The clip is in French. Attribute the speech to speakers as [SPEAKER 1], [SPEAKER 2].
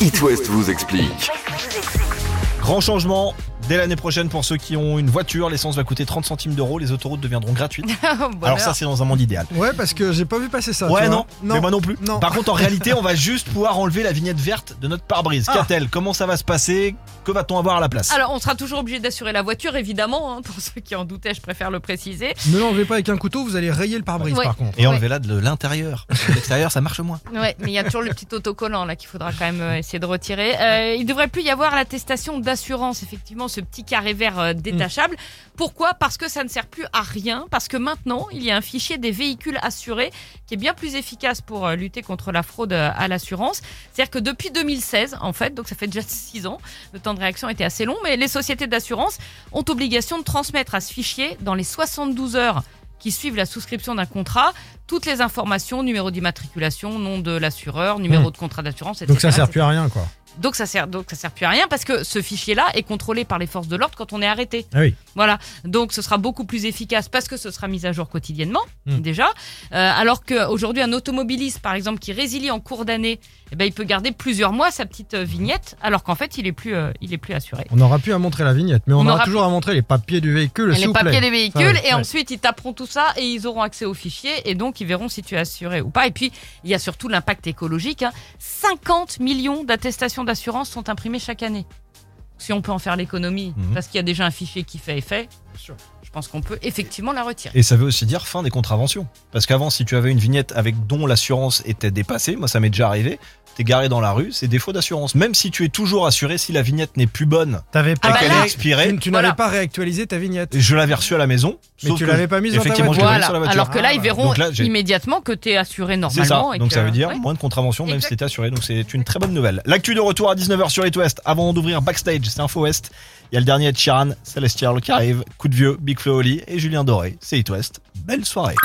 [SPEAKER 1] It West vous explique.
[SPEAKER 2] Grand changement dès l'année prochaine pour ceux qui ont une voiture. L'essence va coûter 30 centimes d'euros. Les autoroutes deviendront gratuites.
[SPEAKER 3] Oh,
[SPEAKER 2] Alors ça, c'est dans un monde idéal.
[SPEAKER 4] Ouais, parce que j'ai pas vu passer ça.
[SPEAKER 2] Ouais,
[SPEAKER 4] Bah, tu vois.
[SPEAKER 2] non, mais moi non plus.
[SPEAKER 4] Non.
[SPEAKER 2] Par contre, en réalité, on va juste pouvoir enlever la vignette verte de notre pare-brise.
[SPEAKER 3] Ah.
[SPEAKER 2] Qu'a-t-elle Comment ça va se passer Que va-t-on avoir à la place
[SPEAKER 3] Alors, on sera toujours obligé d'assurer la voiture, évidemment. hein, pour ceux qui en doutaient, je préfère le préciser.
[SPEAKER 4] Ne l'enlevez pas avec un couteau, vous allez rayer le pare-brise
[SPEAKER 3] Ouais.
[SPEAKER 4] par contre.
[SPEAKER 2] Et enlever la de l'intérieur. De L'extérieur, ça marche moins.
[SPEAKER 3] Ouais, mais il y a toujours le petit autocollant là qu'il faudra quand même euh, essayer de retirer. Euh, il devrait plus y avoir l'attestation d'assurance, effectivement, ce petit carré vert euh, détachable. Pourquoi Parce que ça ne sert plus à rien. Parce que maintenant, il y a un fichier des véhicules assurés qui est bien plus efficace pour euh, lutter contre la fraude euh, à l'assurance. C'est-à-dire que depuis 2016, en fait, donc ça fait déjà 6 ans, le temps de réaction était assez long, mais les sociétés d'assurance ont obligation de transmettre à ce fichier dans les 72 heures qui suivent la souscription d'un contrat toutes les informations, numéro d'immatriculation, nom de l'assureur, numéro de contrat d'assurance, etc.
[SPEAKER 4] Mmh. Donc ça sert plus à rien quoi.
[SPEAKER 3] Donc ça sert, donc ça sert plus à rien parce que ce fichier-là est contrôlé par les forces de l'ordre quand on est arrêté.
[SPEAKER 4] Ah oui.
[SPEAKER 3] Voilà. Donc ce sera beaucoup plus efficace parce que ce sera mis à jour quotidiennement
[SPEAKER 4] Mm.
[SPEAKER 3] déjà. Euh, alors qu'aujourd'hui un automobiliste par exemple qui résilie en cours d'année, eh ben, il peut garder plusieurs mois sa petite euh, vignette alors qu'en fait il est plus, euh, il est plus assuré.
[SPEAKER 4] On aura pu à montrer la vignette, mais on,
[SPEAKER 3] On
[SPEAKER 4] aura
[SPEAKER 3] aura
[SPEAKER 4] toujours à montrer les papiers du véhicule.
[SPEAKER 3] Et
[SPEAKER 4] s'il
[SPEAKER 3] les
[SPEAKER 4] vous
[SPEAKER 3] papiers
[SPEAKER 4] plaît.
[SPEAKER 3] des véhicules
[SPEAKER 4] Ça, ouais,
[SPEAKER 3] et
[SPEAKER 4] ouais.
[SPEAKER 3] ensuite ils taperont tout ça et ils auront accès au fichier et donc ils verront si tu es assuré ou pas. Et puis il y a surtout l'impact écologique. hein. 50 millions d'attestations d'assurance sont imprimées chaque année. Si on peut en faire l'économie,
[SPEAKER 2] Mhm.
[SPEAKER 3] parce qu'il y a déjà un fichier qui fait effet,
[SPEAKER 4] sûr.
[SPEAKER 3] je pense qu'on peut effectivement la retirer.
[SPEAKER 2] Et ça veut aussi dire fin des contraventions. Parce qu'avant, si tu avais une vignette avec dont l'assurance était dépassée, moi ça m'est déjà arrivé, t'es garé dans la rue, c'est défaut d'assurance. Même si tu es toujours assuré, si la vignette n'est plus bonne
[SPEAKER 4] T'avais pas.
[SPEAKER 2] et
[SPEAKER 3] bah
[SPEAKER 2] qu'elle
[SPEAKER 3] là,
[SPEAKER 2] est expirée,
[SPEAKER 4] tu tu
[SPEAKER 3] voilà.
[SPEAKER 4] n'avais pas réactualisé ta vignette.
[SPEAKER 2] je l'avais reçue à la maison.
[SPEAKER 4] Mais
[SPEAKER 2] sauf
[SPEAKER 4] tu
[SPEAKER 2] que-
[SPEAKER 4] l'avais pas mise dans ta
[SPEAKER 2] Effectivement, je
[SPEAKER 4] voiture.
[SPEAKER 2] l'avais
[SPEAKER 3] Voilà.
[SPEAKER 2] sur la voiture.
[SPEAKER 3] Alors que là,
[SPEAKER 4] Ah,
[SPEAKER 3] ils
[SPEAKER 4] bah.
[SPEAKER 3] verront
[SPEAKER 2] Donc là, j'ai-
[SPEAKER 3] immédiatement que tu es assuré
[SPEAKER 2] C'est ça.
[SPEAKER 3] normalement. et
[SPEAKER 2] Donc
[SPEAKER 3] que-
[SPEAKER 2] ça veut dire
[SPEAKER 3] Ouais.
[SPEAKER 2] moins de contraventions, même
[SPEAKER 3] Exact.
[SPEAKER 2] si t'es assuré. Donc c'est une très bonne nouvelle. L'actu de retour à 19h sur It West. Avant d'ouvrir Backstage, c'est Info West. Il y a le dernier de Chiran, Celestial qui arrive, Coup de Vieux, Big Flo Oli et Julien Doré. C'est It West. Belle soirée.